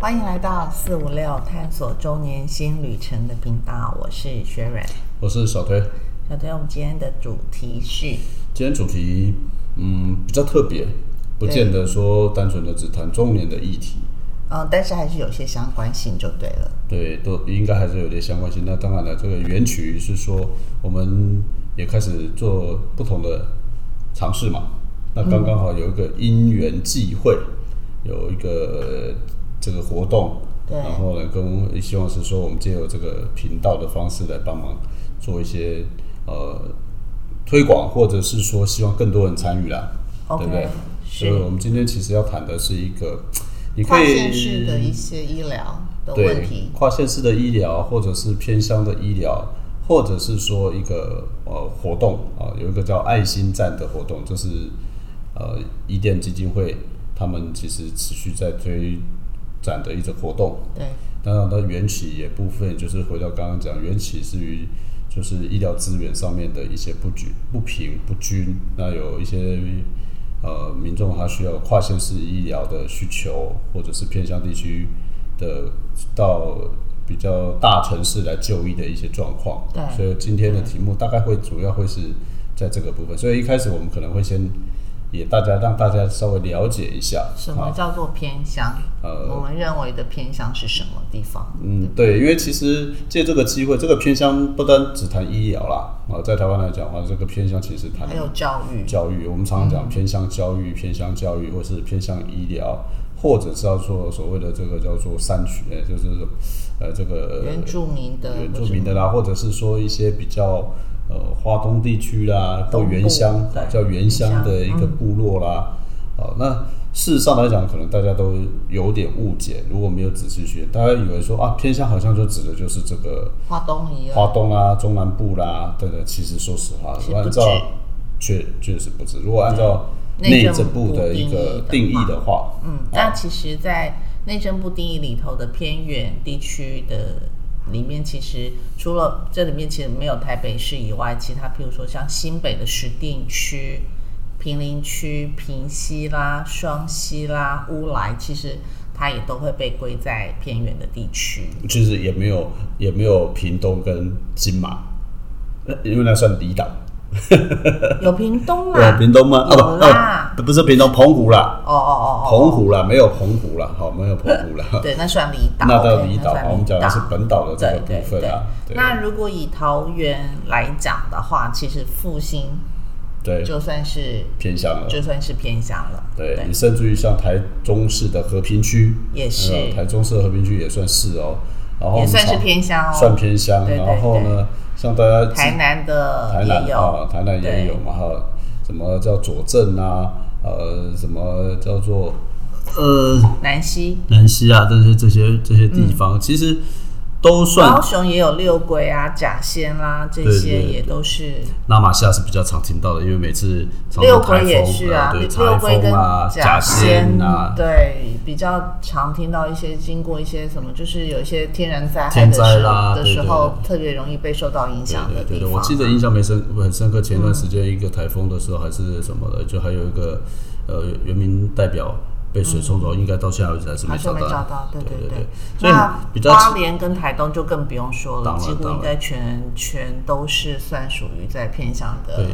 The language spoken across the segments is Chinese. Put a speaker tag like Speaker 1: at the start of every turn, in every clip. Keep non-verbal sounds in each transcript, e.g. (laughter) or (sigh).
Speaker 1: 欢迎来到四五六探索周年新旅程的频道，我是雪软。
Speaker 2: 我是小推。
Speaker 1: 小队，我们今天的主题是
Speaker 2: 今天主题嗯比较特别，不见得说单纯的只谈中年的议题，
Speaker 1: 呃，但是还是有些相关性就对了。
Speaker 2: 对，都应该还是有点相关性。那当然了，这个源取于是说我们也开始做不同的尝试嘛。那刚刚好有一个因缘际会，有一个这个活动，
Speaker 1: 对
Speaker 2: 然后呢，跟也希望是说我们借由这个频道的方式来帮忙做一些呃推广，或者是说希望更多人参与啦
Speaker 1: OK，
Speaker 2: 对不对？
Speaker 1: 是嗯
Speaker 2: 所以我们今天其实要谈的是一个，你可
Speaker 1: 跨
Speaker 2: 以
Speaker 1: 县市的一些医疗的问
Speaker 2: 对
Speaker 1: 题，
Speaker 2: 跨县市的医疗，或者是偏乡的医疗，或者是说一个呃活动啊、有一个叫爱心站的活动，就是呃伊甸基金会他们其实持续在推展的一种活动。
Speaker 1: 对
Speaker 2: 当然，它缘起也部分就是回到刚刚讲，缘起是于就是医疗资源上面的一些不均、不平、不均。那有一些呃民众他需要跨县市医疗的需求，或者是偏向地区的到比较大城市来就医的一些状况。
Speaker 1: 对
Speaker 2: 所以今天的题目大概会主要会是在这个部分。所以一开始我们可能会先也大家让大家稍微了解一下
Speaker 1: 什
Speaker 2: 啊
Speaker 1: 么叫做偏乡？
Speaker 2: 呃
Speaker 1: 我们认为的偏乡是什么地方？
Speaker 2: 嗯，对，因为其实借这个机会，这个偏乡不单只谈医疗啦，啊，在台湾来讲的话，这个偏乡其实谈
Speaker 1: 还有嗯教育，
Speaker 2: 教育，我们常常讲偏乡教育、偏乡教育，或是偏乡医疗，或者是要做所谓的这个叫做山区，呃就是呃这个
Speaker 1: 原住民的
Speaker 2: 原住民的啦，或者是说一些比较呃华东地区啦或
Speaker 1: 东部
Speaker 2: 原乡
Speaker 1: 对
Speaker 2: 叫原乡的
Speaker 1: 原
Speaker 2: 一
Speaker 1: 乡嗯
Speaker 2: 个部落啦。好、那事实上来讲，可能大家都有点误解，如果没有仔细学，大家以为说啊，偏乡好像就指的就是这个
Speaker 1: 华东啊一
Speaker 2: 华
Speaker 1: 样，
Speaker 2: 东啦、中南部啦，对对，其实说实话，
Speaker 1: 其实
Speaker 2: 如果按
Speaker 1: 不
Speaker 2: 照
Speaker 1: 止
Speaker 2: 确确实不止，如果按照
Speaker 1: 对内
Speaker 2: 内
Speaker 1: 政
Speaker 2: 政部
Speaker 1: 部
Speaker 2: 的一个定义的话，
Speaker 1: 嗯，那其实，在内政部定义里头的偏远地区的里面，其实除了这里面其实没有台北市以外，其他譬如说像新北的石碇区、平林区、平西啦、双溪啦、乌来，其实它也都会被归在偏远的地
Speaker 2: (laughs)
Speaker 1: 区。
Speaker 2: 其实也没有也没有屏东跟金马，呃因为那算离岛。
Speaker 1: 有屏东
Speaker 2: 对，
Speaker 1: 啦，
Speaker 2: 屏东吗？啊不
Speaker 1: 有啦
Speaker 2: 啊，不不是屏东，澎湖啦，
Speaker 1: 哦哦哦哦，
Speaker 2: 澎湖啦，没有澎湖啦，好，没有澎湖啦。
Speaker 1: (laughs) 对，那算离岛，
Speaker 2: (laughs) 那到
Speaker 1: OK，
Speaker 2: 离
Speaker 1: 那
Speaker 2: 岛，
Speaker 1: 算
Speaker 2: 好我们讲的是本岛的这个
Speaker 1: 对
Speaker 2: 部分啦。
Speaker 1: 对对
Speaker 2: 对
Speaker 1: 那如果以桃园来讲的话，其实复兴
Speaker 2: 对
Speaker 1: 就算是
Speaker 2: 偏向了，
Speaker 1: 就算是偏乡了，
Speaker 2: 对你甚至于像台中市的和平区，
Speaker 1: 也是
Speaker 2: 呃台中市的和平区也算是哦，然后
Speaker 1: 也算是
Speaker 2: 长
Speaker 1: 偏乡哦
Speaker 2: 算偏乡。
Speaker 1: 对对
Speaker 2: 然后呢，像大家知
Speaker 1: 台南的
Speaker 2: 台南
Speaker 1: 也有，
Speaker 2: 啊，台南
Speaker 1: 对
Speaker 2: 也有嘛，还有什么叫左镇啊，呃，什么叫做呃
Speaker 1: 南溪，
Speaker 2: 南溪啊，这些这些这些
Speaker 1: 嗯
Speaker 2: 地方，其实都
Speaker 1: 高
Speaker 2: 算
Speaker 1: 雄也有六龟啊、甲仙啦、这
Speaker 2: 对
Speaker 1: 些
Speaker 2: 对
Speaker 1: 也都是
Speaker 2: 拉玛西亚是比较常听到的，因为每次常常
Speaker 1: 六
Speaker 2: 台
Speaker 1: 龟
Speaker 2: 风
Speaker 1: 也是啊，
Speaker 2: 对，
Speaker 1: 六
Speaker 2: 台
Speaker 1: 龟跟
Speaker 2: 风啊，
Speaker 1: 甲
Speaker 2: 仙啊，
Speaker 1: 对，比较常听到一些经过一些什么，就是有一些天然灾害
Speaker 2: 天
Speaker 1: 的时
Speaker 2: 灾啦
Speaker 1: 候的
Speaker 2: 对
Speaker 1: 时
Speaker 2: 对
Speaker 1: 候，特别容易被受到影响的
Speaker 2: 对对
Speaker 1: 地方。
Speaker 2: 对，
Speaker 1: 啊嗯
Speaker 2: 我记得印象没深很深刻。前段时间一个台风的时候还是什么的，就还有一个呃原民代表被水冲走，应该到现在为止还是没
Speaker 1: 还是
Speaker 2: 找
Speaker 1: 嗯没
Speaker 2: 到。
Speaker 1: 找到，对
Speaker 2: 对
Speaker 1: 对
Speaker 2: 对。所以
Speaker 1: 那
Speaker 2: 比较
Speaker 1: 花莲跟台东就更不用说
Speaker 2: 当
Speaker 1: 了，
Speaker 2: 然
Speaker 1: 几乎
Speaker 2: 当
Speaker 1: 应
Speaker 2: 然
Speaker 1: 该全全都是算属于在偏向的
Speaker 2: 对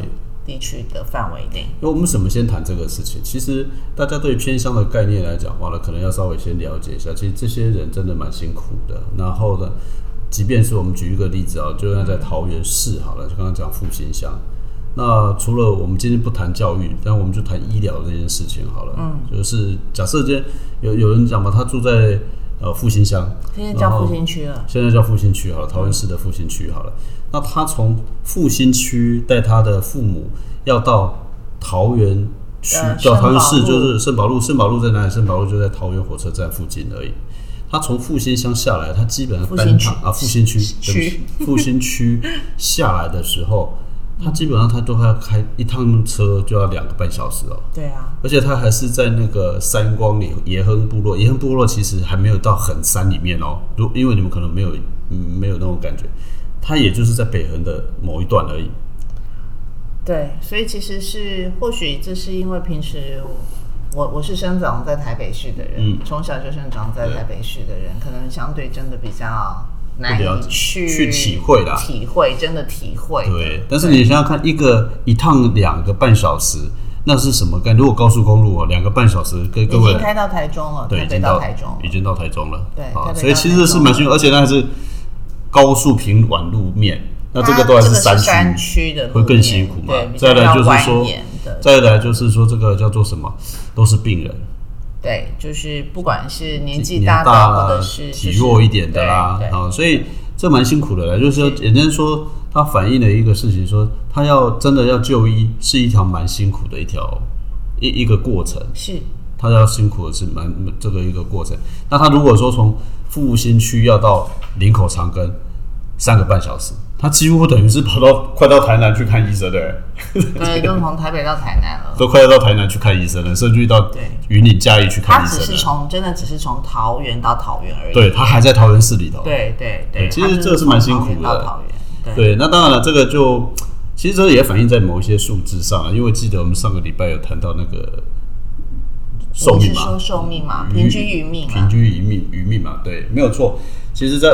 Speaker 1: 地区的范围内。
Speaker 2: 因为我们怎么先谈这个事情？其实大家对偏乡的概念来讲话呢，可能要稍微先了解一下。其实这些人真的蛮辛苦的。然后呢，即便是我们举一个例子啊，就像在桃园市好了，就刚刚讲复兴乡。那除了我们今天不谈教育，但我们就谈医疗这件事情好了。嗯，就是假设今天有有人讲嘛，他住在呃复兴乡，
Speaker 1: 现在叫
Speaker 2: 然后
Speaker 1: 复兴区了，
Speaker 2: 现在叫复兴区好了，桃园市的复兴区好了。那他从复兴区带他的父母要到桃园区
Speaker 1: 呃，
Speaker 2: 到桃园市
Speaker 1: 圣保
Speaker 2: 就
Speaker 1: 路
Speaker 2: 是圣保路，圣保路在哪里？圣保路就在桃园火车站附近而已。他从复兴乡下来，他基本上
Speaker 1: 复兴
Speaker 2: 单
Speaker 1: 区
Speaker 2: 趟啊，复兴区，对不起，复兴区下来的时候，他基本上他都还要开一趟车就要两个半小时哦。
Speaker 1: 对啊，
Speaker 2: 而且他还是在那个山光里野亨部落，野亨部落其实还没有到很山里面哦。如因为你们可能没有、嗯、没有那种感觉，它也就是在北横的某一段而已。
Speaker 1: 对，所以其实是或许这是因为平时我我我是生长在台北市的人
Speaker 2: 嗯，
Speaker 1: 从、小就生长在
Speaker 2: 对
Speaker 1: 台北市的人，可能相对真的比较难
Speaker 2: 了
Speaker 1: 以
Speaker 2: 解
Speaker 1: 去
Speaker 2: 去体会啦
Speaker 1: 体会真的体会。
Speaker 2: 对，但是你想想看，一个一趟两个半小时，那是什么概念？如果高速公路哦，两个半小时，跟各
Speaker 1: 已
Speaker 2: 位
Speaker 1: 经开到台中了，
Speaker 2: 对，
Speaker 1: 台
Speaker 2: 已
Speaker 1: 北
Speaker 2: 经
Speaker 1: 到
Speaker 2: 到
Speaker 1: 台中了，
Speaker 2: 已经到台中了。
Speaker 1: 对
Speaker 2: 好
Speaker 1: 台北
Speaker 2: 所以
Speaker 1: 到
Speaker 2: 其
Speaker 1: 台
Speaker 2: 实是
Speaker 1: 中
Speaker 2: 蛮辛苦，而且那还是高速平缓路面，那这个
Speaker 1: 它
Speaker 2: 都还
Speaker 1: 啊这个
Speaker 2: 山区。
Speaker 1: 山区的路
Speaker 2: 会更
Speaker 1: 面
Speaker 2: 辛苦嘛
Speaker 1: 对，比
Speaker 2: 再来
Speaker 1: 较
Speaker 2: 就是
Speaker 1: 蜿
Speaker 2: 说
Speaker 1: 蜒的
Speaker 2: 再来就是说，这个叫做什么？都是病人，
Speaker 1: 对，就是不管是年纪
Speaker 2: 年
Speaker 1: 大
Speaker 2: 大
Speaker 1: 的，
Speaker 2: 啦
Speaker 1: 或者是
Speaker 2: 体
Speaker 1: 就是
Speaker 2: 弱一点的啦
Speaker 1: 对，对
Speaker 2: 啊，所以这蛮辛苦的啦。就是说，
Speaker 1: 是
Speaker 2: 简单说，它反映了一个事情，说他要真的要就医，是一条蛮辛苦的一条一一个过程。
Speaker 1: 是
Speaker 2: 他要辛苦的是蛮这个一个过程。那他如果说从复兴区要到林口长庚三个半小时，他几乎等于是跑到快到台南去看医生的、
Speaker 1: 对，就从台北到台南了。
Speaker 2: 都快要到台南去看医生了，甚至于到
Speaker 1: 对
Speaker 2: 云林嘉义去看
Speaker 1: 他
Speaker 2: 医
Speaker 1: 只是
Speaker 2: 生了。
Speaker 1: 从真的只是从桃园到桃园而已。
Speaker 2: 对他还在桃园市里头。
Speaker 1: 对对
Speaker 2: 对其实
Speaker 1: 他就
Speaker 2: 这个是蛮辛苦的
Speaker 1: 从桃园到桃园，对
Speaker 2: 对，那当然了，这个就其实这也反映在某一些数字上啊，因为记得我们上个礼拜有谈到那个寿命
Speaker 1: 你是
Speaker 2: 嘛
Speaker 1: 说，
Speaker 2: 嗯
Speaker 1: 寿命嘛，平均余命啊
Speaker 2: 平
Speaker 1: 嘛，
Speaker 2: 均余命余命嘛，对，没有错。其实在，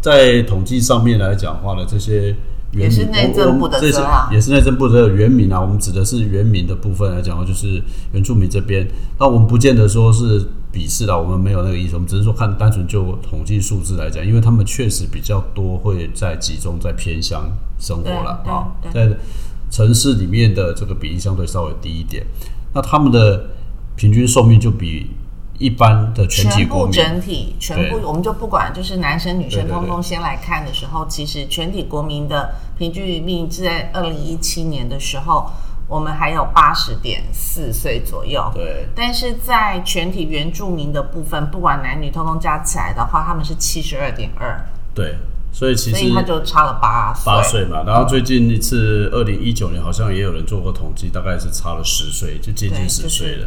Speaker 2: 在统计上面来讲的话呢，这些原
Speaker 1: 也是
Speaker 2: 民
Speaker 1: 内
Speaker 2: 我我
Speaker 1: 政部的
Speaker 2: 这些
Speaker 1: 责啊
Speaker 2: 也是内政部的原民啊。我们指的是原民的部分来讲的话，就是原住民这边。那我们不见得说是鄙视啦，我们没有那个意思，我们只是说看单纯就统计数字来讲，因为他们确实比较多会在集中在偏乡生活了
Speaker 1: 对
Speaker 2: 啊，
Speaker 1: 对
Speaker 2: 在城市里面的这个比例相对稍微低一点。那他们的平均寿命就比一般的全体
Speaker 1: 全
Speaker 2: 国
Speaker 1: 部
Speaker 2: 民
Speaker 1: 整体全部
Speaker 2: 对
Speaker 1: 我们就不管，就是男生女生
Speaker 2: 对对对
Speaker 1: 通通先来看的时候，其实全体国民的平均余命是在二零一七年的时候，我们还有八十点四岁左右。
Speaker 2: 对
Speaker 1: 但是在全体原住民的部分，不管男女，通通加起来的话，他们是七十二点二，
Speaker 2: 对，所以其
Speaker 1: 所
Speaker 2: 实
Speaker 1: 以他就差了八岁。
Speaker 2: 八岁嘛，然后最近一次二零一九年好像也有人做过统计，大概是差了十岁，就接
Speaker 1: 对
Speaker 2: 近
Speaker 1: 就
Speaker 2: 十
Speaker 1: 是
Speaker 2: 岁了。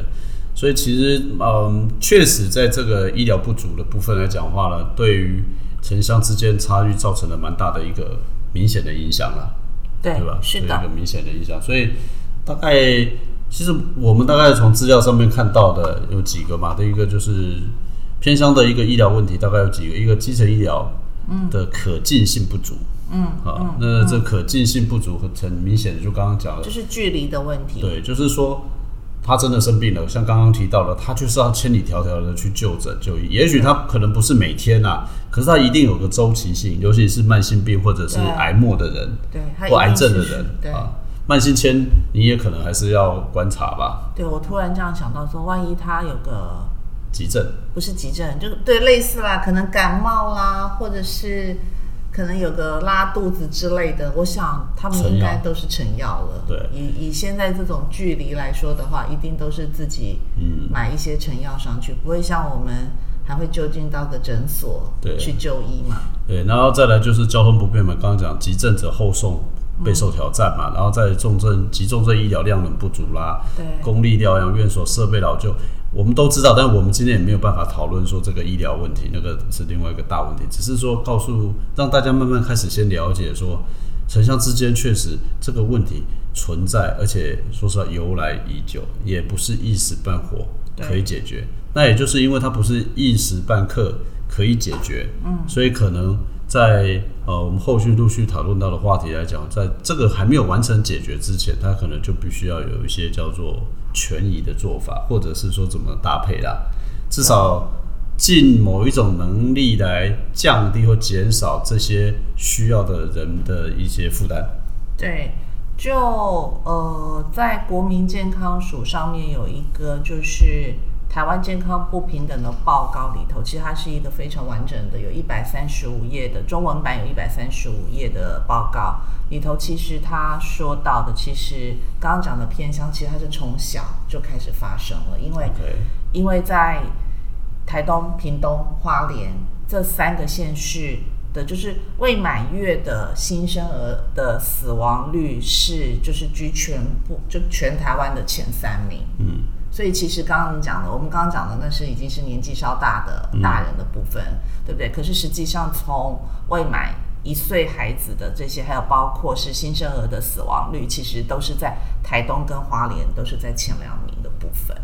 Speaker 2: 所以其实，嗯，确实在这个医疗不足的部分来讲的话呢，对于城乡之间差距造成了蛮大的一个明显的影响了。
Speaker 1: 对
Speaker 2: 对吧？
Speaker 1: 哎是
Speaker 2: 有一
Speaker 1: 的
Speaker 2: 个，明显的影响。所以大概其实我们大概从资料上面看到的有几个嘛，的一个就是偏乡的一个医疗问题，大概有几个，一个基层医疗的可进性不足。嗯，好，那这可进性不足很很明显，就刚刚讲的
Speaker 1: 就，是距离的问题。
Speaker 2: 对，就是说他真的生病了，像刚刚提到了，他就是要千里迢迢的去就诊就医。也许他可能不是每天啊，可是他一定有个周期性，尤其是慢性病或者是
Speaker 1: 对啊
Speaker 2: 癌末的人，
Speaker 1: 对，他一
Speaker 2: 或
Speaker 1: 定
Speaker 2: 癌症的
Speaker 1: 是
Speaker 2: 人
Speaker 1: 对、
Speaker 2: 啊，慢性迁你也可能还是要观察吧，
Speaker 1: 对，我突然这样想到说，万一他有个
Speaker 2: 急症。
Speaker 1: 不是急症，就是对类似啦，可能感冒啦，或者是可能有个拉肚子之类的，我想他们
Speaker 2: 成药
Speaker 1: 应该都是成药了。
Speaker 2: 对
Speaker 1: 以以现在这种距离来说的话，一定都是自己买一些成药上去，不会像我们还会就近到个诊所
Speaker 2: 对
Speaker 1: 去就医嘛。
Speaker 2: 对，然后再来就是交通不便嘛，刚刚讲急症者后送备受挑战嘛，然后再重症急重症医疗量能不足啦，
Speaker 1: 对
Speaker 2: 公立疗养院所设备老旧，我们都知道，但我们今天也没有办法讨论说这个医疗问题，那个是另外一个大问题，只是说告诉让大家慢慢开始先了解说。城乡之间确实这个问题存在，而且说实话由来已久，也不是一时半会
Speaker 1: 对
Speaker 2: 可以解决。那也就是因为它不是一时半刻可以解决，嗯，所以可能在呃我们后续陆续讨论到的话题来讲，在这个还没有完成解决之前，它可能就必须要有一些叫做权宜的做法，或者是说怎么搭配啦，至少。尽某一种能力来降低或减少这些需要的人的一些负担。
Speaker 1: 对，就呃，在国民健康署上面有一个就是台湾健康不平等的报告里头，其实它是一个非常完整的，有一百三十五页的中文版，有一百三十五页的报告里头，其实他说到的，其实刚刚讲的偏乡，其实它是从小就开始发生了，因为
Speaker 2: OK，
Speaker 1: 因为在台东、屏东、花莲这三个县市的，就是未满月的新生儿的死亡率是，就是居全部就全台湾的前三名。
Speaker 2: 嗯，
Speaker 1: 所以其实刚刚你讲的，我们刚刚讲的那是已经是年纪稍大的大人的部分，对不对？可是实际上从未满一岁孩子的这些，还有包括是新生儿的死亡率，其实都是在台东跟花莲都是在前两名的部分。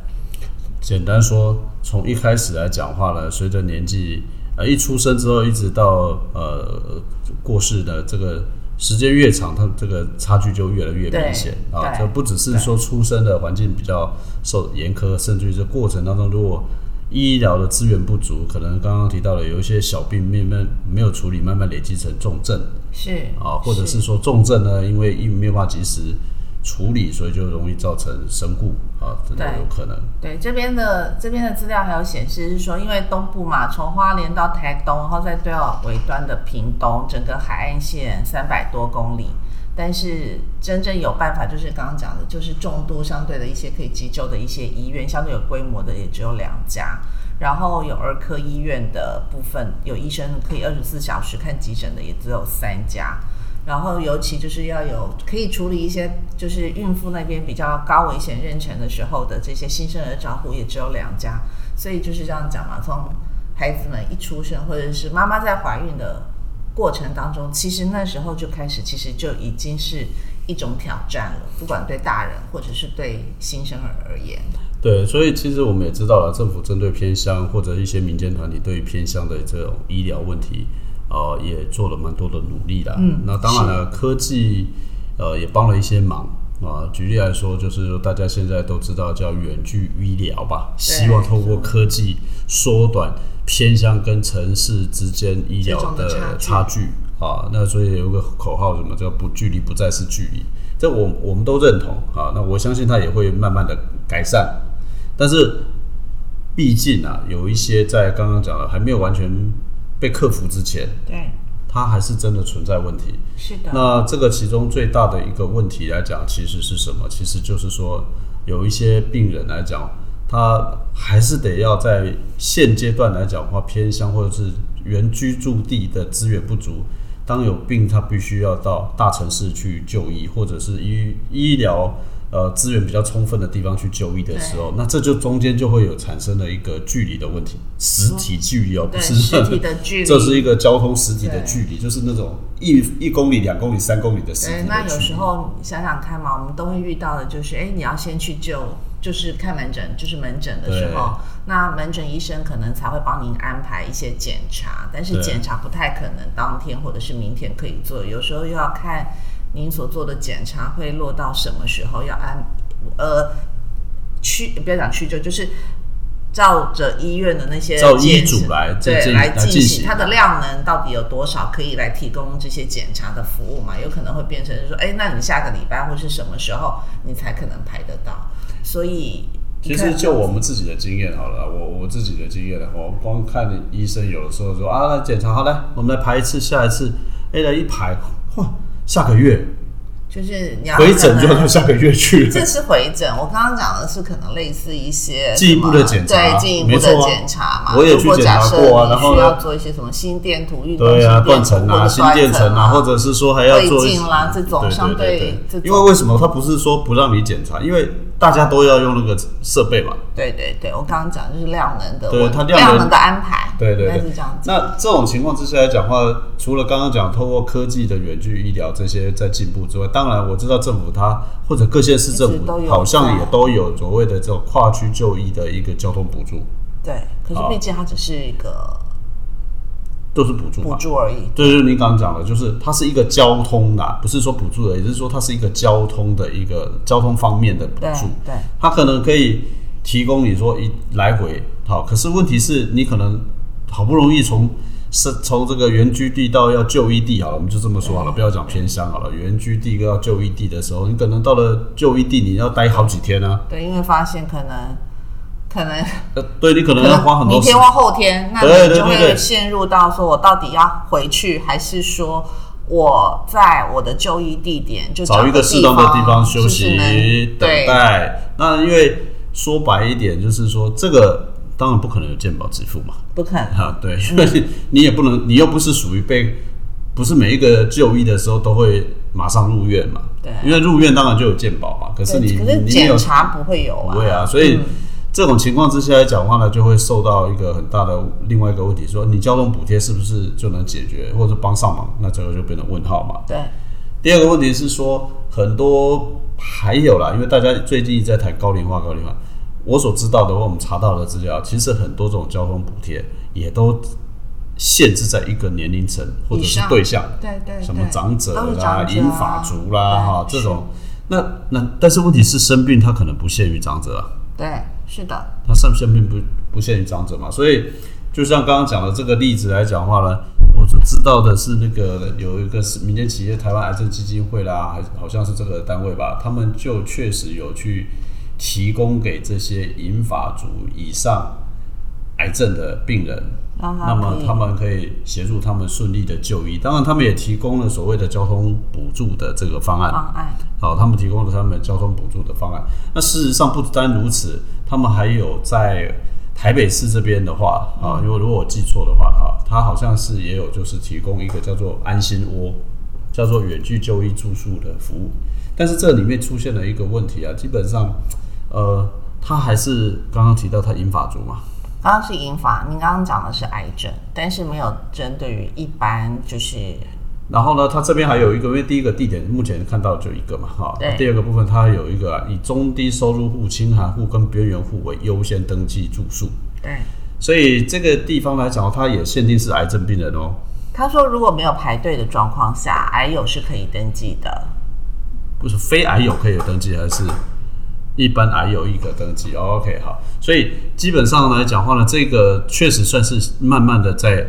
Speaker 2: 简单说，从一开始来讲话呢，随着年纪，呃，一出生之后一直到呃过世的这个时间越长，它这个差距就越来越明显
Speaker 1: 对
Speaker 2: 啊。
Speaker 1: 对
Speaker 2: 这不只是说出生的环境比较受严苛，甚至于这过程当中，如果医疗的资源不足，可能刚刚提到的有一些小病慢慢没有处理，慢慢累积成重症
Speaker 1: 是
Speaker 2: 啊，或者是说重症呢，因为医没有办法及时处理，所以就容易造成身故啊，真的
Speaker 1: 对
Speaker 2: 有可能。
Speaker 1: 对，这边的这边的资料还有显示是说，因为东部嘛，从花莲到台东，然后再对到尾端的屏东，整个海岸线三百多公里。但是真正有办法，就是刚刚讲的，就是重度相对的一些可以急救的一些医院，相对有规模的也只有两家。然后有儿科医院的部分，有医生可以二十四小时看急诊的也只有三家。然后尤其就是要有可以处理一些就是孕妇那边比较高危险妊娠的时候的这些新生儿照护也只有两家，所以就是这样讲嘛，从孩子们一出生或者是妈妈在怀孕的过程当中，其实那时候就开始，其实就已经是一种挑战了，不管对大人或者是对新生儿而言，
Speaker 2: 对，所以其实我们也知道了，政府针对偏乡或者一些民间团体对于偏乡的这种医疗问题，呃，也做了蛮多的努力啦。
Speaker 1: 嗯
Speaker 2: 那当然了，科技呃也帮了一些忙啊、举例来说，就是说大家现在都知道叫远距医疗吧，希望透过科技缩短偏乡跟城市之间医疗
Speaker 1: 这种
Speaker 2: 的
Speaker 1: 的差
Speaker 2: 差距啊。那所以有一个口号，什么叫不距离不再是距离。这我我们都认同啊，那我相信它也会慢慢的改善，但是毕竟啊，有一些在刚刚讲的还没有完全被克服之前，
Speaker 1: 对，
Speaker 2: 它还是真的存在问题。
Speaker 1: 是的，
Speaker 2: 那这个其中最大的一个问题来讲，其实是什么？其实就是说，有一些病人来讲，他还是得要在现阶段来讲的话，偏乡或者是原居住地的资源不足。当有病，他必须要到大城市去就医，或者是医医疗呃资源比较充分的地方去就医的时候，那这就中间就会有产生了一个距离的问题，实体距离哦，不
Speaker 1: 对
Speaker 2: 是
Speaker 1: 实体的距离
Speaker 2: (laughs) 这是一个交通实体的
Speaker 1: 对
Speaker 2: 距离，就是那种一一公里、两公里、三公里的实
Speaker 1: 对，
Speaker 2: 体
Speaker 1: 那
Speaker 2: 的
Speaker 1: 有
Speaker 2: 距
Speaker 1: 时
Speaker 2: 离。
Speaker 1: 候想想看嘛，我们都会遇到的就是，哎，你要先去就，就是看门诊，就是门诊的时候，那门诊医生可能才会帮您安排一些检查，但是
Speaker 2: 对
Speaker 1: 检查不太可能当天或者是明天可以做，有时候又要看您所做的检查会落到什么时候，要安呃去不要讲去就就是。照着医院的那些
Speaker 2: 照医
Speaker 1: 检
Speaker 2: 嘱
Speaker 1: 查
Speaker 2: 来进
Speaker 1: 对
Speaker 2: 进
Speaker 1: 来
Speaker 2: 来
Speaker 1: 进
Speaker 2: 进
Speaker 1: 行
Speaker 2: 行
Speaker 1: 它的量能到底有多少，可以来提供这些检查的服务嘛？有可能会变成是说，哎，那你下个礼拜或是什么时候你才可能排得到？所以
Speaker 2: 其实就我们自己的经验好了，我我自己的经验的话，我光看医生有的时候说啊，来检查好来，我们来排一次，下一次，哎，来一排，哇，下个月
Speaker 1: 就是你要
Speaker 2: 回诊就
Speaker 1: 可
Speaker 2: 要
Speaker 1: 能
Speaker 2: 到下个月去了
Speaker 1: 这。是回诊，我刚刚讲的是可能类似一些
Speaker 2: 进一步的检查
Speaker 1: 什么对进一步
Speaker 2: 没错
Speaker 1: 的
Speaker 2: 啊
Speaker 1: 检查嘛。
Speaker 2: 我也去
Speaker 1: 如果
Speaker 2: 检查
Speaker 1: 假设
Speaker 2: 过啊
Speaker 1: 你
Speaker 2: 然后
Speaker 1: 需
Speaker 2: 呢
Speaker 1: 要做一些什么心电图、运动
Speaker 2: (laughs) 对啊，
Speaker 1: 心电
Speaker 2: 断
Speaker 1: 图
Speaker 2: 层
Speaker 1: 或
Speaker 2: 啊，
Speaker 1: 者
Speaker 2: 心
Speaker 1: 衰
Speaker 2: 电层啊，或者是说还要做
Speaker 1: 胃镜啦这种
Speaker 2: 对对
Speaker 1: 相对
Speaker 2: 对
Speaker 1: 这种
Speaker 2: 因为为什么他不是说不让你检查？因为大家都要用那个设备嘛。
Speaker 1: 对对对，我刚刚讲就是量能的，
Speaker 2: 对
Speaker 1: 我
Speaker 2: 它量能
Speaker 1: 量的安排，
Speaker 2: 对对
Speaker 1: 应该
Speaker 2: 对
Speaker 1: 是这样子。
Speaker 2: 那这种情况之下来讲话，除了刚刚讲透过科技的远距医疗这些在进步之外，当然我知道政府它或者各县市政
Speaker 1: 一直都
Speaker 2: 府
Speaker 1: 有
Speaker 2: 好像也
Speaker 1: 在
Speaker 2: 都有所谓的这种跨区就医的一个交通补助，
Speaker 1: 对，可是
Speaker 2: 好
Speaker 1: 毕竟它只是一个
Speaker 2: 都是补助
Speaker 1: 补
Speaker 2: 嘛。
Speaker 1: 助而已。
Speaker 2: 对，就是您刚刚讲的，就是它是一个交通啦，不是说补助的，也就是说它是一个交通的一个交通方面的补
Speaker 1: 对
Speaker 2: 助。
Speaker 1: 对
Speaker 2: 它可能可以提供你说一来回好，可是问题是你可能好不容易从是从这个原居地到要就医地好了，我们就这么说好了，不要讲偏乡好了，原居地到就医地的时候，你可能到了就医地你要待好几天啊，
Speaker 1: 对，因为发现可能可能
Speaker 2: 呃，对你可
Speaker 1: 可
Speaker 2: 能要花很多
Speaker 1: 明
Speaker 2: 时
Speaker 1: 天
Speaker 2: 间
Speaker 1: 或。后天，那
Speaker 2: 对
Speaker 1: 你
Speaker 2: 对
Speaker 1: 就
Speaker 2: 对
Speaker 1: 会
Speaker 2: 对
Speaker 1: 陷入到说我到底要回去，还是说我在我的就医地点就
Speaker 2: 找一个适当的地方休
Speaker 1: 是啊
Speaker 2: 息
Speaker 1: 不是能
Speaker 2: 等
Speaker 1: 对
Speaker 2: 待。那因为说白一点，就是说这个当然不可能有健保支付嘛，
Speaker 1: 不肯
Speaker 2: (laughs) 啊，对，所以你也不能，你又不是属于被，不是每一个就医的时候都会马上入院嘛，
Speaker 1: 对
Speaker 2: 因为入院当然就有健保嘛，可是你
Speaker 1: 对可是
Speaker 2: 你没
Speaker 1: 检
Speaker 2: 有
Speaker 1: 查不会有啊，
Speaker 2: 不会啊，所以。这种情况之下来讲的话呢，就会受到一个很大的另外一个问题，说你交通补贴是不是就能解决，或者是帮上忙？那这个就变成问号嘛。
Speaker 1: 对
Speaker 2: 第二个问题是说，很多还有啦，因为大家最近一直在谈高龄化，高龄化，我所知道的或我们查到的资料，其实很多种交通补贴也都限制在一个年龄层或者是对象，
Speaker 3: 对对对，
Speaker 2: 什么长者
Speaker 3: 都是
Speaker 2: 啦、
Speaker 3: 长者啊
Speaker 2: 银发族啦
Speaker 3: 对
Speaker 2: 哈这
Speaker 3: 是
Speaker 2: 种。那那但是问题是生病，它可能不限于长者啊。
Speaker 3: 对，是的，
Speaker 2: 它上生病不不限于长者嘛，所以就像刚刚讲的这个例子来讲的话呢，我就知道的是那个有一个是民间企业台湾癌症基金会啦，还是好像是这个单位吧，他们就确实有去提供给这些银发族以上癌症的病人，
Speaker 3: 让
Speaker 1: 啊
Speaker 3: 他可以
Speaker 2: 那么他们可以协助他们顺利的就医，当然他们也提供了所谓的交通补助的这个方
Speaker 1: 啊
Speaker 2: 案。
Speaker 3: 方案，
Speaker 2: 好，啊他们提供了他们交通补助的方案。那事实上不单如此，他们还有在台北市这边的话啊，因为如果我记错的话啊，它好像是也有就是提供一个叫做安心窝，叫做远距就医住宿的服务。但是这里面出现了一个问题啊，基本上，呃，他还是刚刚提到他银发族嘛，
Speaker 1: 刚刚是银发，您刚刚讲的是癌症，但是没有针对于一般就是
Speaker 2: 然后呢，它这边还有一个，因为第一个地点目前看到就一个嘛，哈。
Speaker 1: 对
Speaker 2: 第二个部分，它有一个、啊、以中低收入户、清寒户跟边缘户为优先登记住宿，
Speaker 1: 对。
Speaker 2: 所以这个地方来讲，它也限定是癌症病人哦。
Speaker 1: 他说，如果没有排队的状况下，癌友是可以登记的。
Speaker 2: 不是非癌友可以有登记，还是一般癌友一个登记、o k 好，所以基本上来讲话呢，这个确实算是慢慢的在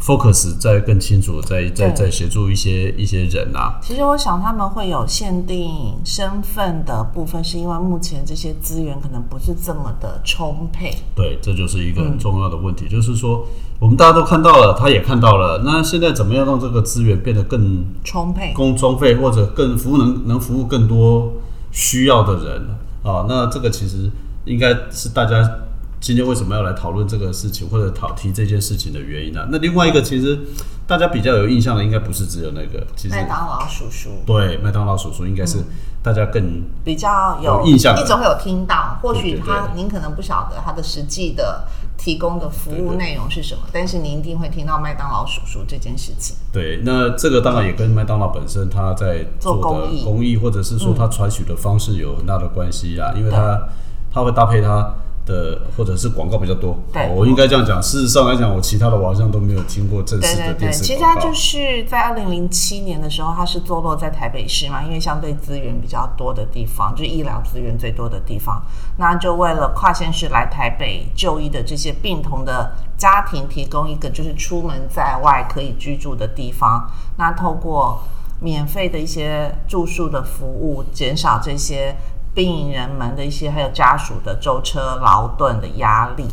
Speaker 2: focus 在更清楚，在在
Speaker 1: 对
Speaker 2: 在协助一些一些人啊。
Speaker 1: 其实我想他们会有限定身份的部分，是因为目前这些资源可能不是这么的充沛。
Speaker 2: 对，这就是一个
Speaker 1: 嗯
Speaker 2: 很重要的问题，就是说我们大家都看到了，他也看到了，那现在怎么样让这个资源变得更
Speaker 1: 充沛，
Speaker 2: 公充费，或者更服务能能服务更多需要的人啊？那这个其实应该是大家今天为什么要来讨论这个事情，或者讨提这件事情的原因啊？那另外一个，其实大家比较有印象的，应该不是只有那个，其实
Speaker 1: 麦当嗯劳叔叔
Speaker 2: 对麦当劳叔叔应该是大家更
Speaker 1: 比较有
Speaker 2: 有印象的
Speaker 1: 一直会有听到。或许
Speaker 2: 对对
Speaker 1: 他
Speaker 2: 对
Speaker 1: 您可能不晓得他的实际的提供的服
Speaker 2: 对
Speaker 1: 务
Speaker 2: 对
Speaker 1: 内容是什么，但是您一定会听到麦当劳叔叔这件事情。
Speaker 2: 对，那这个当然也跟麦当劳本身它在
Speaker 1: 做
Speaker 2: 做
Speaker 1: 公益
Speaker 2: 的公益，或者是说它采取的方式有很大的关系
Speaker 1: 嗯
Speaker 2: 啊，因为它它会搭配它的或者是广告比较多。
Speaker 1: 对
Speaker 2: 哦我应该这样讲。事实上来讲，我其他的我好像都没有听过正
Speaker 1: 对
Speaker 2: 式
Speaker 1: 对
Speaker 2: 的
Speaker 1: 对，
Speaker 2: 电视
Speaker 1: 其实
Speaker 2: 广
Speaker 1: 它
Speaker 2: 告。
Speaker 1: 就是在二零零七年的时候，它是坐落在台北市嘛，因为相对资源比较多的地方，就是医疗资源最多的地方。那就为了跨县市来台北就医的这些病童的家庭，提供一个就是出门在外可以居住的地方。那透过免费的一些住宿的服务，减少这些病人们的一些还有家属的舟车劳顿的压力。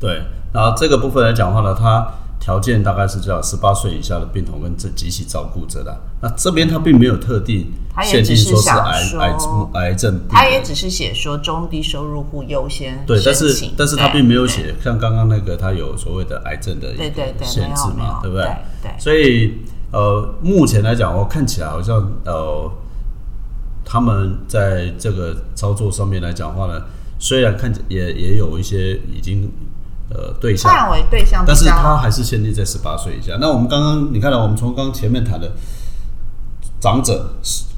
Speaker 2: 对，然后这个部分来讲的话呢，它条件大概是叫十八岁以下的病童跟这及其照顾者啦。那这边它并没有特定
Speaker 1: 它也
Speaker 2: 限定
Speaker 1: 只是
Speaker 2: 说是
Speaker 1: 想
Speaker 2: 癌
Speaker 1: 说
Speaker 2: 癌症癌症病人，
Speaker 1: 他也只是写说中低收入户优先
Speaker 2: 对，但
Speaker 1: 申
Speaker 2: 是
Speaker 1: 请
Speaker 2: 但是他
Speaker 1: 对
Speaker 2: 并没有写像刚刚那个他有所谓的癌症的一
Speaker 1: 对对
Speaker 2: 个
Speaker 1: 对
Speaker 2: 限制
Speaker 1: 没有
Speaker 2: 嘛，对不啊
Speaker 1: 没有
Speaker 2: 对？
Speaker 1: 对对
Speaker 2: 所以呃，目前来讲，我看起来好像呃，他们在这个操作上面来讲的话呢，虽然看起也也有一些已经呃对象，
Speaker 1: 范围对象比
Speaker 2: 但是
Speaker 1: 较
Speaker 2: 它还是限定在十八岁以下。那我们刚刚你看到，我们从刚刚前面谈的长者、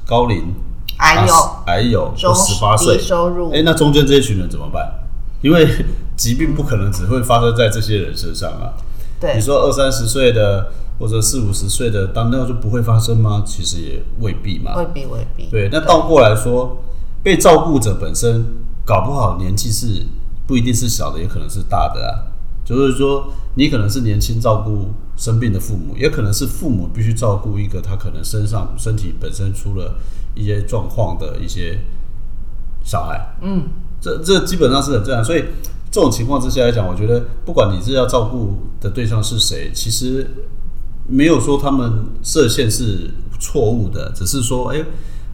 Speaker 2: 高龄、
Speaker 1: 还有
Speaker 2: 还有
Speaker 1: 哎中
Speaker 2: 十八岁
Speaker 1: 低收入
Speaker 2: 哎、那中间这一群人怎么办？因为疾病不可能只会发生在这些人身上啊。
Speaker 1: 对
Speaker 2: 你说二三十岁的或者四五十岁的，难道就不会发生吗？其实也未必嘛。
Speaker 1: 未必未必
Speaker 2: 对，那倒过来说，被照顾者本身搞不好年纪是不一定是小的，也可能是大的啊。就是说，你可能是年轻照顾生病的父母，也可能是父母必须照顾一个他可能身上身体本身出了一些状况的一些小孩。
Speaker 1: 嗯，
Speaker 2: 这这基本上是很正常。所以这种情况之下来讲，我觉得不管你是要照顾的对象是谁，其实没有说他们设限是错误的，只是说，哎，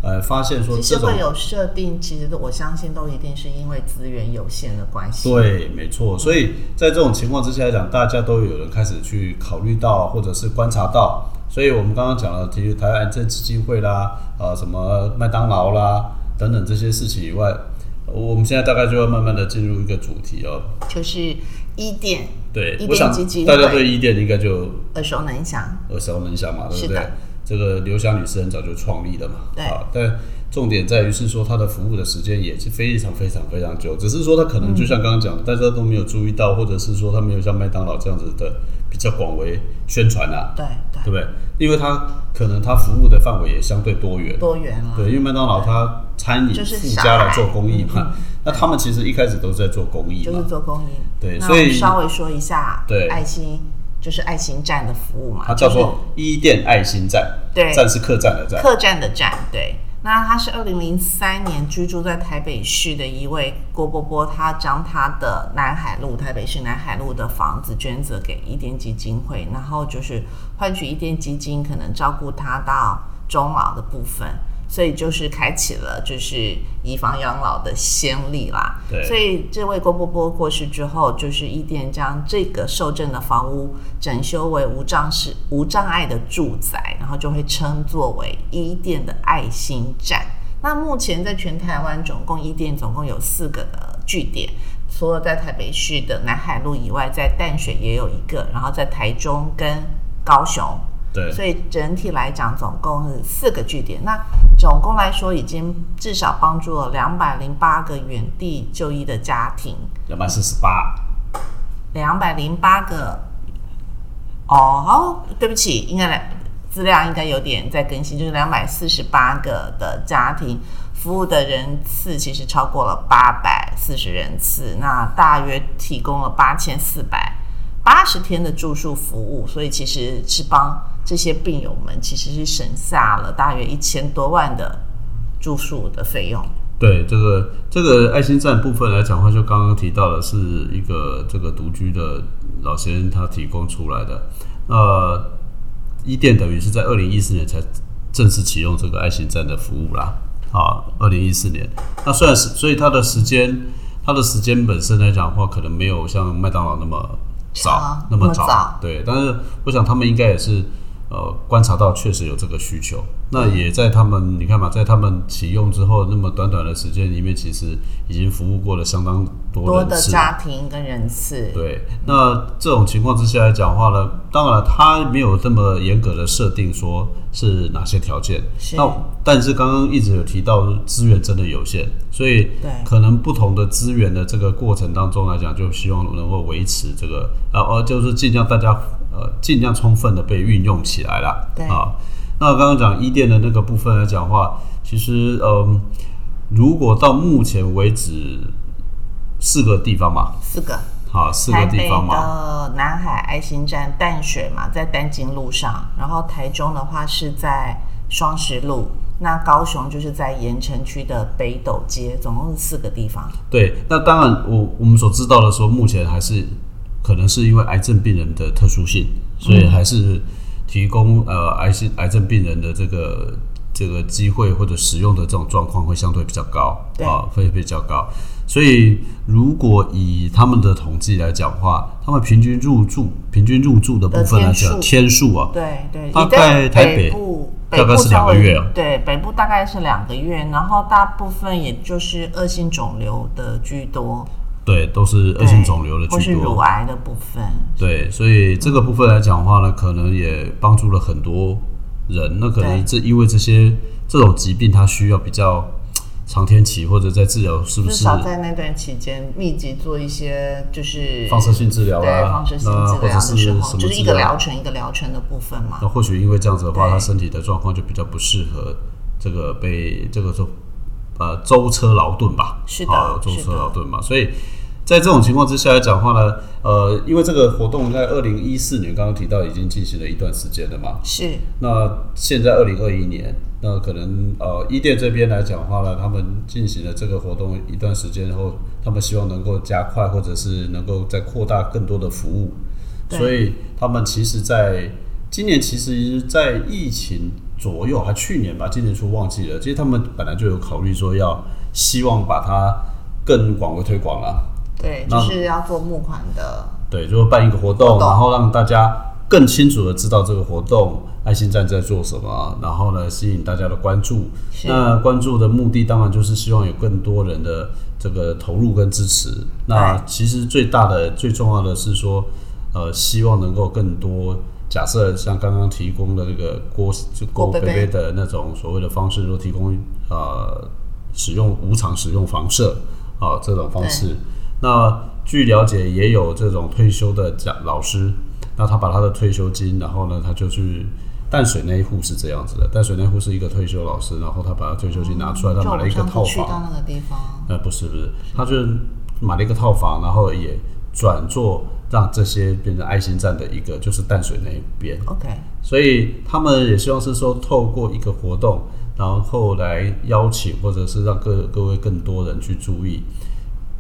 Speaker 2: 呃，发现说
Speaker 1: 其
Speaker 2: 这
Speaker 1: 实
Speaker 2: 种
Speaker 1: 会有设定，其实我相信都一定是因为资源有限的关系。
Speaker 2: 对，没错。所以在这种情况之下来讲，大家都有人开始去考虑到，或者是观察到。所以我们刚刚讲了，提台湾癌症基金会啦，呃，什么麦当劳啦等等这些事情以外，我们现在大概就要慢慢的进入一个主题哦。
Speaker 1: 就是一店
Speaker 2: 对
Speaker 1: 伊，
Speaker 2: 我
Speaker 1: 甸
Speaker 2: 想
Speaker 1: 基金
Speaker 2: 大家
Speaker 1: 会
Speaker 2: 对伊甸应该就
Speaker 1: 耳熟能详，
Speaker 2: 耳熟能详嘛，对
Speaker 1: 是
Speaker 2: 不对
Speaker 1: 的？
Speaker 2: 这个刘霞女士很早就创立了嘛，
Speaker 1: 对
Speaker 2: 啊，但重点在于是说她的服务的时间也是非常非常非常久，只是说她可能就
Speaker 1: 嗯
Speaker 2: 像刚刚讲，的，大家都没有注意到，或者是说她没有像麦当劳这样子的比较广为宣传啊，
Speaker 1: 对对，
Speaker 2: 对不对？因为她可能她服务的范围也相对多元，
Speaker 1: 多元了，
Speaker 2: 对，因为麦当劳它餐饮
Speaker 1: 就是
Speaker 2: 附
Speaker 1: 小
Speaker 2: 加了
Speaker 1: 孩嗯
Speaker 2: 做公益嘛，那他们其实一开始都是在做公益
Speaker 1: 就是
Speaker 2: 嘛，
Speaker 1: 做公益。
Speaker 2: 对
Speaker 1: 那
Speaker 2: 所以
Speaker 1: 我们稍微说一下，
Speaker 2: 对
Speaker 1: 爱心就是爱心站的服务嘛，
Speaker 2: 它叫
Speaker 1: 就是
Speaker 2: 做伊甸爱心站，
Speaker 1: 对
Speaker 2: 站是客栈的站，
Speaker 1: 客栈的站，对。那他是二零零三年居住在台北市的一位郭伯伯，他将他的南海路台北市南海路的房子捐赠给一甸基金会，然后就是换取一甸基金可能照顾他到终老的部分，所以就是开启了就是以房养老的先例啦。
Speaker 2: 对
Speaker 1: 所以这位郭伯伯过世之后，就是伊甸将这个受赠的房屋整修为无障式无障碍的住宅，然后就会称作为伊甸的爱心站。那目前在全台湾总共伊甸总共有四个的据点，除了在台北市的南海路以外，在淡水也有一个，然后在台中跟高雄
Speaker 2: 对，
Speaker 1: 所以整体来讲，总共是四个据点。那总共来说，已经至少帮助了两百零八个原地就医的家庭，
Speaker 2: 两百四十八，
Speaker 1: 两百零八个。哦，对不起，应该来资料应该有点在更新，就是两百四十八个的家庭服务的人次，其实超过了八百四十人次，那大约提供了八千四百八十天的住宿服务，所以其实是帮这些病友们其实是省下了大约一千多万的住宿的费用。
Speaker 2: 对，这个这个爱心站部分来讲的话，就刚刚提到的是一个这个独居的老先生他提供出来的，呃，伊甸等于是在二零一四年才正式启用这个爱心站的服务啦。啊，二零一四年，那虽然是，所以它的时间，它的时间本身来讲的话，可能没有像麦当劳那么早
Speaker 1: 长，
Speaker 2: 那
Speaker 1: 啊那
Speaker 2: 么
Speaker 1: 么早
Speaker 2: 对。但是我想他们应该也是呃观察到确实有这个需求，那
Speaker 1: 嗯
Speaker 2: 也在他们你看嘛，在他们启用之后，那么短短的时间里面，其实已经服务过了相当多
Speaker 1: 多
Speaker 2: 人
Speaker 1: 的
Speaker 2: 次。
Speaker 1: 家庭跟人次，
Speaker 2: 对，那这种情况之下来讲话呢，当然它没有这么严格的设定说是哪些条件。
Speaker 1: 是
Speaker 2: 那但是刚刚一直有提到资源真的有限，所以
Speaker 1: 对
Speaker 2: 可能不同的资源的这个过程当中来讲，就希望能够维持这个呃呃，就是尽量大家呃尽量充分的被运用起来啦。
Speaker 1: 对
Speaker 2: 啊，那刚刚讲伊甸的那个部分来讲的话，其实嗯、如果到目前为止四个地方嘛，
Speaker 1: 四个。
Speaker 2: 啊，四个
Speaker 1: 台
Speaker 2: 地
Speaker 1: 北
Speaker 2: 方嘛，
Speaker 1: 的南海爱心站淡水嘛，在丹津路上，然后台中的话是在双十路，那高雄就是在盐城区的北斗街，总共是四个地方。
Speaker 2: 对，那当然我，我们所知道的说，目前还是可能是因为癌症病人的特殊性，所
Speaker 1: 嗯
Speaker 2: 以还是提供呃癌性癌症病人的这个这个机会或者使用的这种状况会相对比较高
Speaker 1: 对
Speaker 2: 啊，会比较高。所以如果以他们的统计来讲话，他们平均入住平均入住的部分来讲
Speaker 1: 的
Speaker 2: 天数啊，
Speaker 1: 对对，
Speaker 2: 大
Speaker 1: 你在
Speaker 2: 概台北
Speaker 1: 部
Speaker 2: 大概
Speaker 1: 部
Speaker 2: 是两个
Speaker 1: 稍微
Speaker 2: 月哦
Speaker 1: 对，北部大概是两个月，然后大部分也就是恶性肿瘤的居多，
Speaker 2: 对，都是恶
Speaker 1: 对
Speaker 2: 性肿瘤的
Speaker 1: 或是
Speaker 2: 居多，
Speaker 1: 乳癌的部分。
Speaker 2: 对，所以这个部分来讲的话呢，可能也帮助了很多人。那可能这因为这些这种疾病，它需要比较长天期，或者在治疗是不
Speaker 1: 至
Speaker 2: 是
Speaker 1: 少在那段期间，密集做一些就是
Speaker 2: 放射性治疗
Speaker 1: 对，
Speaker 2: 啦
Speaker 1: 放射，性
Speaker 2: 那
Speaker 1: 治疗
Speaker 2: 或者
Speaker 1: 的
Speaker 2: 是
Speaker 1: 时
Speaker 2: 什么哦
Speaker 1: 候，就是一
Speaker 2: 治
Speaker 1: 个
Speaker 2: 疗啊
Speaker 1: 疗？程一个疗程的部分嘛
Speaker 2: 那。或许因为这样子的话，
Speaker 1: 对
Speaker 2: 他身体的状况就比较不适合这个被这个说呃舟车劳顿吧，
Speaker 1: 是的
Speaker 2: 啊舟
Speaker 1: 是
Speaker 2: 车
Speaker 1: 的
Speaker 2: 劳顿嘛，所以。在这种情况之下来讲话呢，呃，因为这个活动在二零一四年刚刚提到已经进行了一段时间了嘛，
Speaker 1: 是
Speaker 2: 那现在二零二一年，那可能呃，伊甸这边来讲的话呢，他们进行了这个活动一段时间后，他们希望能够加快，或者是能够再扩大更多的服务，
Speaker 1: 对
Speaker 2: 所以他们其实在今年，其实，在疫情左右，还去年吧，今年初忘记了，其实他们本来就有考虑说要希望把它更广为推广啊了。
Speaker 1: 对，
Speaker 2: 那
Speaker 1: 就是要做募款的，
Speaker 2: 对，就办一个活动，
Speaker 1: 活动
Speaker 2: 然后让大家更清楚的知道这个活动爱心站在做什么，然后呢吸引大家的关注。
Speaker 1: 是
Speaker 2: 那关注的目的当然就是希望有更多人的这个投入跟支持。那其实最大的、最重要的是说，呃，希望能够更多假设像刚刚提供的这个郭就郭
Speaker 1: 郭
Speaker 2: 贝
Speaker 1: 贝贝
Speaker 2: 贝的那种所谓的方式，说提供呃使用无偿使用房舍啊、这种方式。那据了解，也有这种退休的讲老师，那他把他的退休金，然后呢，他就去淡水那一户是这样子的，淡水那户是一个退休老师，然后他把他退休金拿出来，他
Speaker 1: 就我
Speaker 2: 买了
Speaker 1: 们
Speaker 2: 一个
Speaker 1: 上
Speaker 2: 套
Speaker 1: 次去
Speaker 2: 房
Speaker 1: 到。那个地方，
Speaker 2: 呃，不是不是，他就是买了一个套房，然后也转做让这些变成爱心站的一个，就是淡水那一边。
Speaker 1: OK，
Speaker 2: 所以他们也希望是说，透过一个活动，然后来邀请或者是让各各位更多人去注意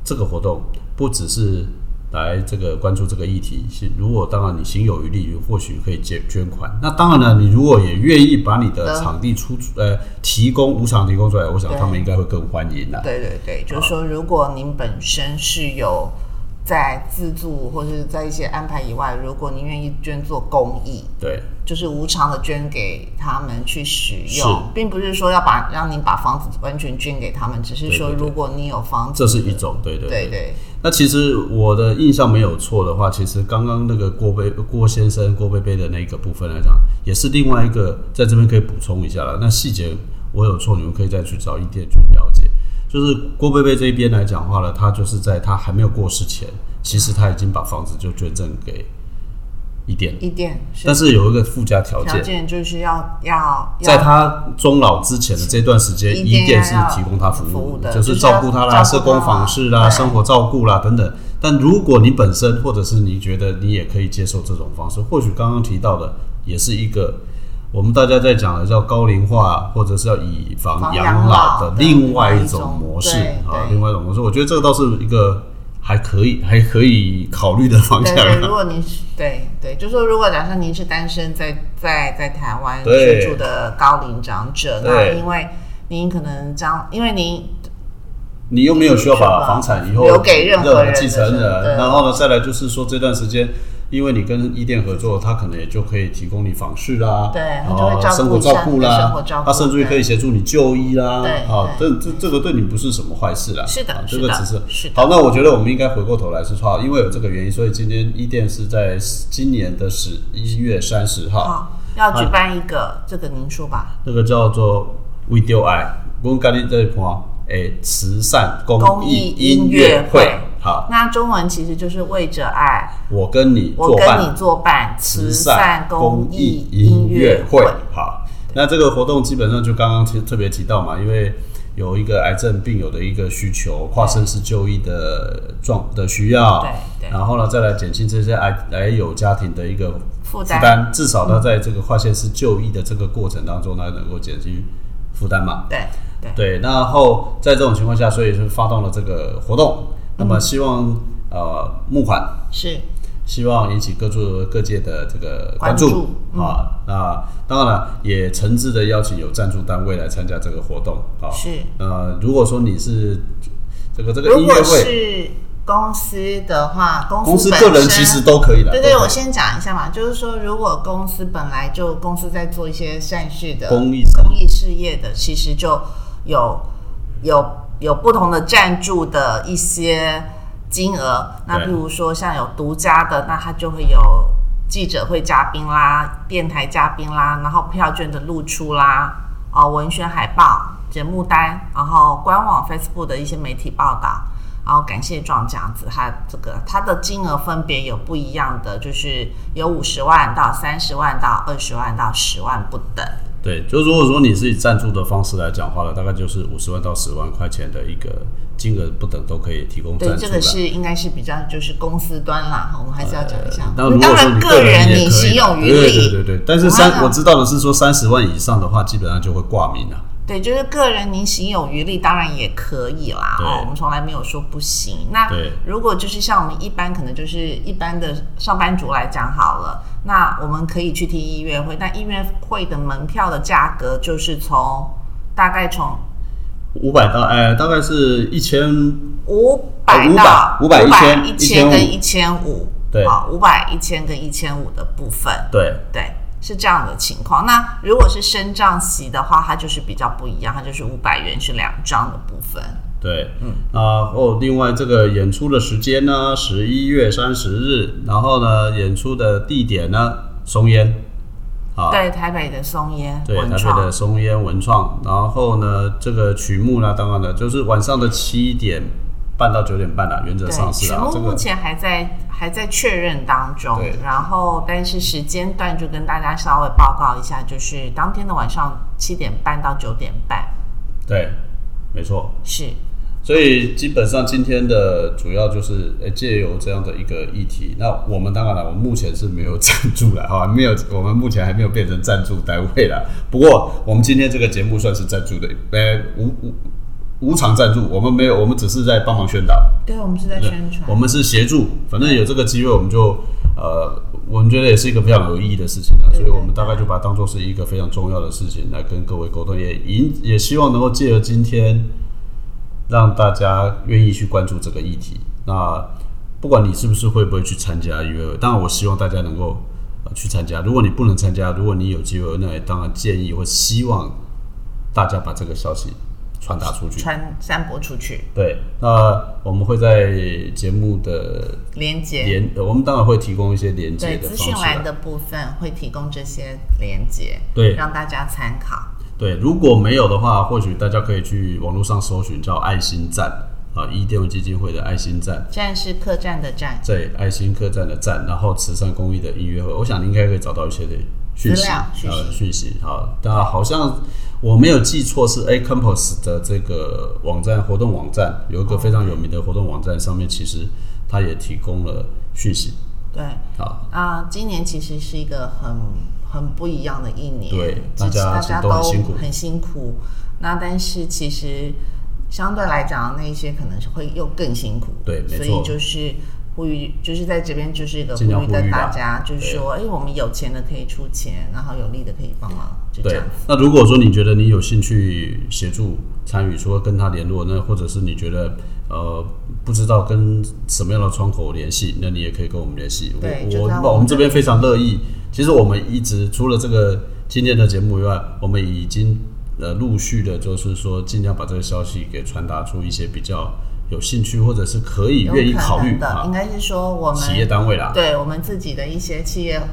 Speaker 2: 这个活动，不只是来这个关注这个议题。是如果当然你心有余力，或许可以捐捐款。那当然了，你如果也愿意把你的
Speaker 1: 嗯
Speaker 2: 场地出租呃提供无偿提供出来，我想他们
Speaker 1: 对
Speaker 2: 应该会更欢迎啦。
Speaker 1: 对对对，
Speaker 2: 啊
Speaker 1: 就是说，如果您本身是有在自助或者是在一些安排以外，如果您愿意捐做公益，
Speaker 2: 对。
Speaker 1: 就是无偿的捐给他们去使
Speaker 2: 是
Speaker 1: 用，并不是说要把让您把房子完全捐给他们，只是说
Speaker 2: 对对对
Speaker 1: 如果你有房子
Speaker 2: 这
Speaker 1: 的，
Speaker 2: 是一种，对对
Speaker 1: 对对
Speaker 2: 那其实我的印象没有错的话，其实刚刚那个郭贝郭先生郭贝贝的那个部分来讲，也是另外一个在这边可以补充一下了。那细节我有错，你们可以再去找一店去了解。就是郭贝贝这一边来讲话呢，他就是在他还没有过世前，其实他已经把房子就捐赠给一店，
Speaker 1: 一店
Speaker 2: 但
Speaker 1: 是
Speaker 2: 是有一个附加条
Speaker 1: 条
Speaker 2: 件，
Speaker 1: 件就是要要要
Speaker 2: 在他终老之前的这段时间，
Speaker 1: 一定
Speaker 2: 一店是
Speaker 1: 要
Speaker 2: 提供他服
Speaker 1: 服
Speaker 2: 务
Speaker 1: 务的
Speaker 2: 就
Speaker 1: 就是是
Speaker 2: 照
Speaker 1: 要
Speaker 2: 顾他
Speaker 1: 照
Speaker 2: 啦、
Speaker 1: 顾
Speaker 2: 社工
Speaker 1: 他
Speaker 2: 访视啦、
Speaker 1: 对
Speaker 2: 生活照顾啦等等。但如果你本身或者是你觉得你也可以接受这种方式，或许刚刚提到的也是一个我们大家在讲的叫高龄化，或者是要以房
Speaker 1: 防
Speaker 2: 养
Speaker 1: 养
Speaker 2: 老
Speaker 1: 老
Speaker 2: 的
Speaker 1: 的
Speaker 2: 另
Speaker 1: 另
Speaker 2: 外
Speaker 1: 外
Speaker 2: 一
Speaker 1: 一
Speaker 2: 种
Speaker 1: 种
Speaker 2: 模式
Speaker 1: 对
Speaker 2: 啊，
Speaker 1: 对
Speaker 2: 另外一种模式。我觉得这个倒是一个还可以、还可以考虑的方
Speaker 1: 对
Speaker 2: 向
Speaker 1: 对，如果
Speaker 2: 啊。
Speaker 1: 您是对对，就说如果假设您是单身在在在台湾
Speaker 2: 对
Speaker 1: 居住的高龄长者，那
Speaker 2: 对
Speaker 1: 因为您可能将因为您
Speaker 2: 你又没有需要把房产以后
Speaker 1: 留给任何人的
Speaker 2: 继承
Speaker 1: 身份
Speaker 2: 人，然后呢，再来就是说这段时间，因为你跟伊甸合作，他可能也就可以提供你房事啦，
Speaker 1: 对
Speaker 2: 然
Speaker 1: 他就
Speaker 2: 后
Speaker 1: 会照顾
Speaker 2: 生活
Speaker 1: 一下
Speaker 2: 照顾
Speaker 1: 你的生
Speaker 2: 啦
Speaker 1: 活照，顾
Speaker 2: 他甚至于可以协助你就医啦
Speaker 1: 对，
Speaker 2: 啊，这
Speaker 1: 对
Speaker 2: 这这个对你不是什么坏事啦，
Speaker 1: 是的
Speaker 2: 啊这
Speaker 1: 是
Speaker 2: 个
Speaker 1: 的
Speaker 2: 只是
Speaker 1: 是的
Speaker 2: 好。那我觉得我们应该回过头来是说，啊因为有这个原因，所以今天伊甸是在今年的十一月三十号，
Speaker 1: 啊要举办一个，这个您说吧，
Speaker 2: 那个叫做 Video I，我们咖喱这一盘诶，慈善公
Speaker 1: 公
Speaker 2: 益
Speaker 1: 益
Speaker 2: 音
Speaker 1: 音
Speaker 2: 乐
Speaker 1: 乐
Speaker 2: 会
Speaker 1: 会。
Speaker 2: 好，
Speaker 1: 那中文其实就是为着爱，
Speaker 2: 我跟你
Speaker 1: 我
Speaker 2: 作
Speaker 1: 跟你
Speaker 2: 伴，
Speaker 1: 作伴，
Speaker 2: 慈
Speaker 1: 慈善
Speaker 2: 公
Speaker 1: 公
Speaker 2: 益
Speaker 1: 益
Speaker 2: 音
Speaker 1: 音
Speaker 2: 乐
Speaker 1: 乐
Speaker 2: 会
Speaker 1: 会。。
Speaker 2: 好，那这个活动基本上就刚刚提特别提到嘛，因为有一个癌症病友的一个需求，跨生死就医的状的需要，
Speaker 1: 对对
Speaker 2: 然后呢，再来减轻这些癌癌友家庭的一个
Speaker 1: 负
Speaker 2: 负
Speaker 1: 担
Speaker 2: 担，至少呢，在这个跨县市就医的这个过程当中，它能够减轻负担嘛。
Speaker 1: 对对，
Speaker 2: 对，然后在这种情况下，所以是发动了这个活动，那么希望、呃募款，
Speaker 1: 是
Speaker 2: 希望引起各处各界的这个关
Speaker 1: 关
Speaker 2: 注
Speaker 1: 注嗯
Speaker 2: 啊。那当然了，也诚挚的邀请有赞助单位来参加这个活动啊。
Speaker 1: 是。
Speaker 2: 呃，如果说你是这个这个
Speaker 1: 如
Speaker 2: 音乐
Speaker 1: 果
Speaker 2: 会，
Speaker 1: 是公司的话，
Speaker 2: 公
Speaker 1: 公
Speaker 2: 司
Speaker 1: 司
Speaker 2: 个
Speaker 1: 本
Speaker 2: 人
Speaker 1: 身
Speaker 2: 其实都可以的。
Speaker 1: 对对，
Speaker 2: 都可以
Speaker 1: 我先讲一下嘛，就是说，如果公司本来就公司在做一些善事的
Speaker 2: 公益
Speaker 1: 公益事业的，其实就有有有不同的赞助的一些金额。那
Speaker 2: 对
Speaker 1: 譬如说像有独家的，那它就会有记者会嘉宾啦、电台嘉宾啦，然后票券的露出啦，哦、文宣海报、节目单，然后官网、Facebook 的一些媒体报道。然后感谢状这样子，它这个它的金额分别有不一样的，就是有五十万到三十万到二十万到十万不等。
Speaker 2: 对，就如果说你是以赞助的方式来讲话了，大概就是五十万到十万块钱的一个金额不等，都可以提供赞
Speaker 1: 对，
Speaker 2: 助啦。
Speaker 1: 这个是应该是比较就是公司端啦，我们还是要讲一下。
Speaker 2: 那如果
Speaker 1: 当
Speaker 2: 说
Speaker 1: 然
Speaker 2: 你
Speaker 1: 个
Speaker 2: 人也
Speaker 1: 你
Speaker 2: 可
Speaker 1: 行
Speaker 2: 以啦
Speaker 1: 有余
Speaker 2: 对
Speaker 1: 力，
Speaker 2: 对对对。但是三
Speaker 1: 当然
Speaker 2: 我知道的是说三十万以上的话，基本上就会挂名啊了。
Speaker 1: 对，就是个人您行有余力，当然也可以啦。
Speaker 2: 对
Speaker 1: 哦，我们从来没有说不行。那
Speaker 2: 对
Speaker 1: 如果就是像我们一般，可能就是一般的上班族来讲好了，那我们可以去听音乐会。但音乐会的门票的价格就是从大概从
Speaker 2: 五百到哎，大概是一千，
Speaker 1: 五百
Speaker 2: 500
Speaker 1: 到
Speaker 2: 500 1000
Speaker 1: 一千跟一千五，
Speaker 2: 对
Speaker 1: 好，五百一千跟一千五的部分，
Speaker 2: 对
Speaker 1: 对，是这样的情况。那如果是升降席的话，它就是比较不一样，它就是五百元是两张的部分。
Speaker 2: 对，嗯啊哦，另外这个演出的时间呢，十一月三十日，然后呢，演出的地点呢，松烟啊，
Speaker 1: 对，台北的松烟
Speaker 2: 对，
Speaker 1: 文
Speaker 2: 台
Speaker 1: 创
Speaker 2: 北的松烟文创。然后呢，这个曲目呢，当然了，就是晚上的七点半到九点半啦，原则
Speaker 1: 对，
Speaker 2: 上是
Speaker 1: 曲
Speaker 2: 啊
Speaker 1: 目，
Speaker 2: 这
Speaker 1: 目
Speaker 2: 个
Speaker 1: 前还在还在确认当中
Speaker 2: 对，
Speaker 1: 然后但是时间段就跟大家稍微报告一下，就是当天的晚上七点半到九点半，
Speaker 2: 对，没错。
Speaker 1: 是
Speaker 2: 所以基本上今天的主要就是呃借由这样的一个议题，那我们当然了，我们目前是没有赞助了 (laughs) 哈，没有，我们目前还没有变成赞助单位啦。不过我们今天这个节目算是赞助的，呃，无无无偿赞助，我们没有，我们只是在帮忙宣导。
Speaker 1: 对，我们是在啊
Speaker 2: 对
Speaker 1: 宣传，
Speaker 2: 我们是协助，反正有这个机会，我们就呃，我们觉得也是一个非常有意义的事情啊，
Speaker 1: 对
Speaker 2: 所以我们大概就把它当做是一个非常重要的事情来跟各位沟通，也引也希望能够借由今天，让大家愿意去关注这个议题。那不管你是不是会不会去参加约会，当然我希望大家能够呃去参加。如果你不能参加，如果你有机会，那也当然建议或希望大家把这个消息传达出去。
Speaker 1: 传散播出去，
Speaker 2: 对，那我们会在节目的
Speaker 1: 连接。
Speaker 2: 连，呃我们当然会提供一些连接
Speaker 1: 对
Speaker 2: 的
Speaker 1: 资
Speaker 2: 方
Speaker 1: 讯
Speaker 2: 式
Speaker 1: 栏
Speaker 2: 啊。
Speaker 1: 的部分会提供这些连接，
Speaker 2: 对
Speaker 1: 让大家参考。
Speaker 2: 对，如果没有的话，或许大家可以去网络上搜寻叫爱心站啊，伊甸基金会的爱心站，
Speaker 1: 站是客栈的站，
Speaker 2: 在爱心客栈的站，然后慈善公益的音乐会，我想你应该可以找到一些的讯
Speaker 1: 资
Speaker 2: 息，
Speaker 1: 料讯息
Speaker 2: 呃，讯息。好，那好像我没有记错是 A Campus 的这个网站活动网站有一个非常有名的活动网站，上面其实它也提供了讯息。
Speaker 1: 对
Speaker 2: 好，
Speaker 1: 啊、今年其实是一个很很不一样的一年，
Speaker 2: 对
Speaker 1: 其实大
Speaker 2: 大家其实
Speaker 1: 家
Speaker 2: 都很辛苦
Speaker 1: 很辛苦。那但是其实相对来讲，那一些可能是会又更辛苦，
Speaker 2: 对没错
Speaker 1: 所以就是。呼吁就是在这边就是一个呼
Speaker 2: 尽量
Speaker 1: 吁
Speaker 2: 呼吁啦啊
Speaker 1: 的大家，就是说，哎，我们有钱的可以出钱，然后有力的可以帮忙，就这
Speaker 2: 对
Speaker 1: 样。，
Speaker 2: 那如果说你觉得你有兴趣协助参与，说跟他联络，那或者是你觉得呃不知道跟什么样的窗口联系，那你也可以跟我们联系。
Speaker 1: 对
Speaker 2: 我
Speaker 1: 就在我们
Speaker 2: 我们这
Speaker 1: 这
Speaker 2: 边
Speaker 1: 边
Speaker 2: 非常乐意。其实我们一直除了这个今天的节目以外，我们已经呃陆续的，就是说尽量把这个消息给传达出一些比较有兴趣或者是可以
Speaker 1: 有
Speaker 2: 愿意
Speaker 1: 可
Speaker 2: 考虑
Speaker 1: 能的，
Speaker 2: 啊
Speaker 1: 应该是说我们
Speaker 2: 企业单位啦。
Speaker 1: 对我们自己的一些企业
Speaker 2: 伴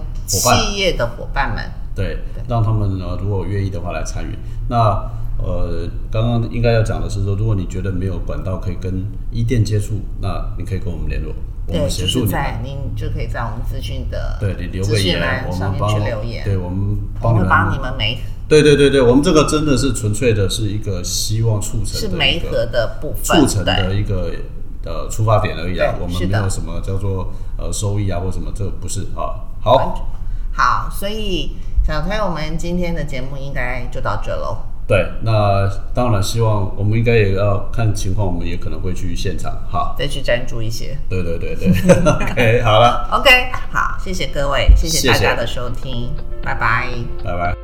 Speaker 1: 企业的伙伴们，
Speaker 2: 对，让他们呃如果愿意的话来参与。那呃，刚刚应该要讲的是说，如果你觉得没有管道可以跟一店接触，那你可以跟我们联络，我
Speaker 1: 对，
Speaker 2: 们
Speaker 1: 就
Speaker 2: 协助
Speaker 1: 是
Speaker 2: 你。
Speaker 1: 在您就可以在我们资讯的
Speaker 2: 对你留
Speaker 1: 资
Speaker 2: 个
Speaker 1: 讯
Speaker 2: 言，
Speaker 1: 栏
Speaker 2: 我
Speaker 1: 上
Speaker 2: 们
Speaker 1: 面去
Speaker 2: 帮
Speaker 1: 留言，
Speaker 2: 对我们
Speaker 1: 我
Speaker 2: 帮你
Speaker 1: 们
Speaker 2: 们
Speaker 1: 帮你们媒
Speaker 2: 对对对对，我们这个真的是纯粹的是一个希望促成
Speaker 1: 是
Speaker 2: 的一
Speaker 1: 媒
Speaker 2: 个
Speaker 1: 合的部分，
Speaker 2: 促成
Speaker 1: 对
Speaker 2: 的一个呃出发点而已啊，
Speaker 1: 对
Speaker 2: 我
Speaker 1: 是
Speaker 2: 们没
Speaker 1: 的
Speaker 2: 有什么叫做呃收益啊或什么，这不是啊。好，
Speaker 1: 好，所以小推，我们今天的节目应该就到这喽。
Speaker 2: 对，那当然希望我们应该也要看情况，我们也可能会去现场哈。
Speaker 1: 再去赞助一些
Speaker 2: 对对对 (laughs) 对，OK，好了，
Speaker 1: ，OK，好，谢谢各位，谢
Speaker 2: 谢
Speaker 1: 谢大
Speaker 2: 谢
Speaker 1: 家的收听，拜拜。
Speaker 2: 拜拜。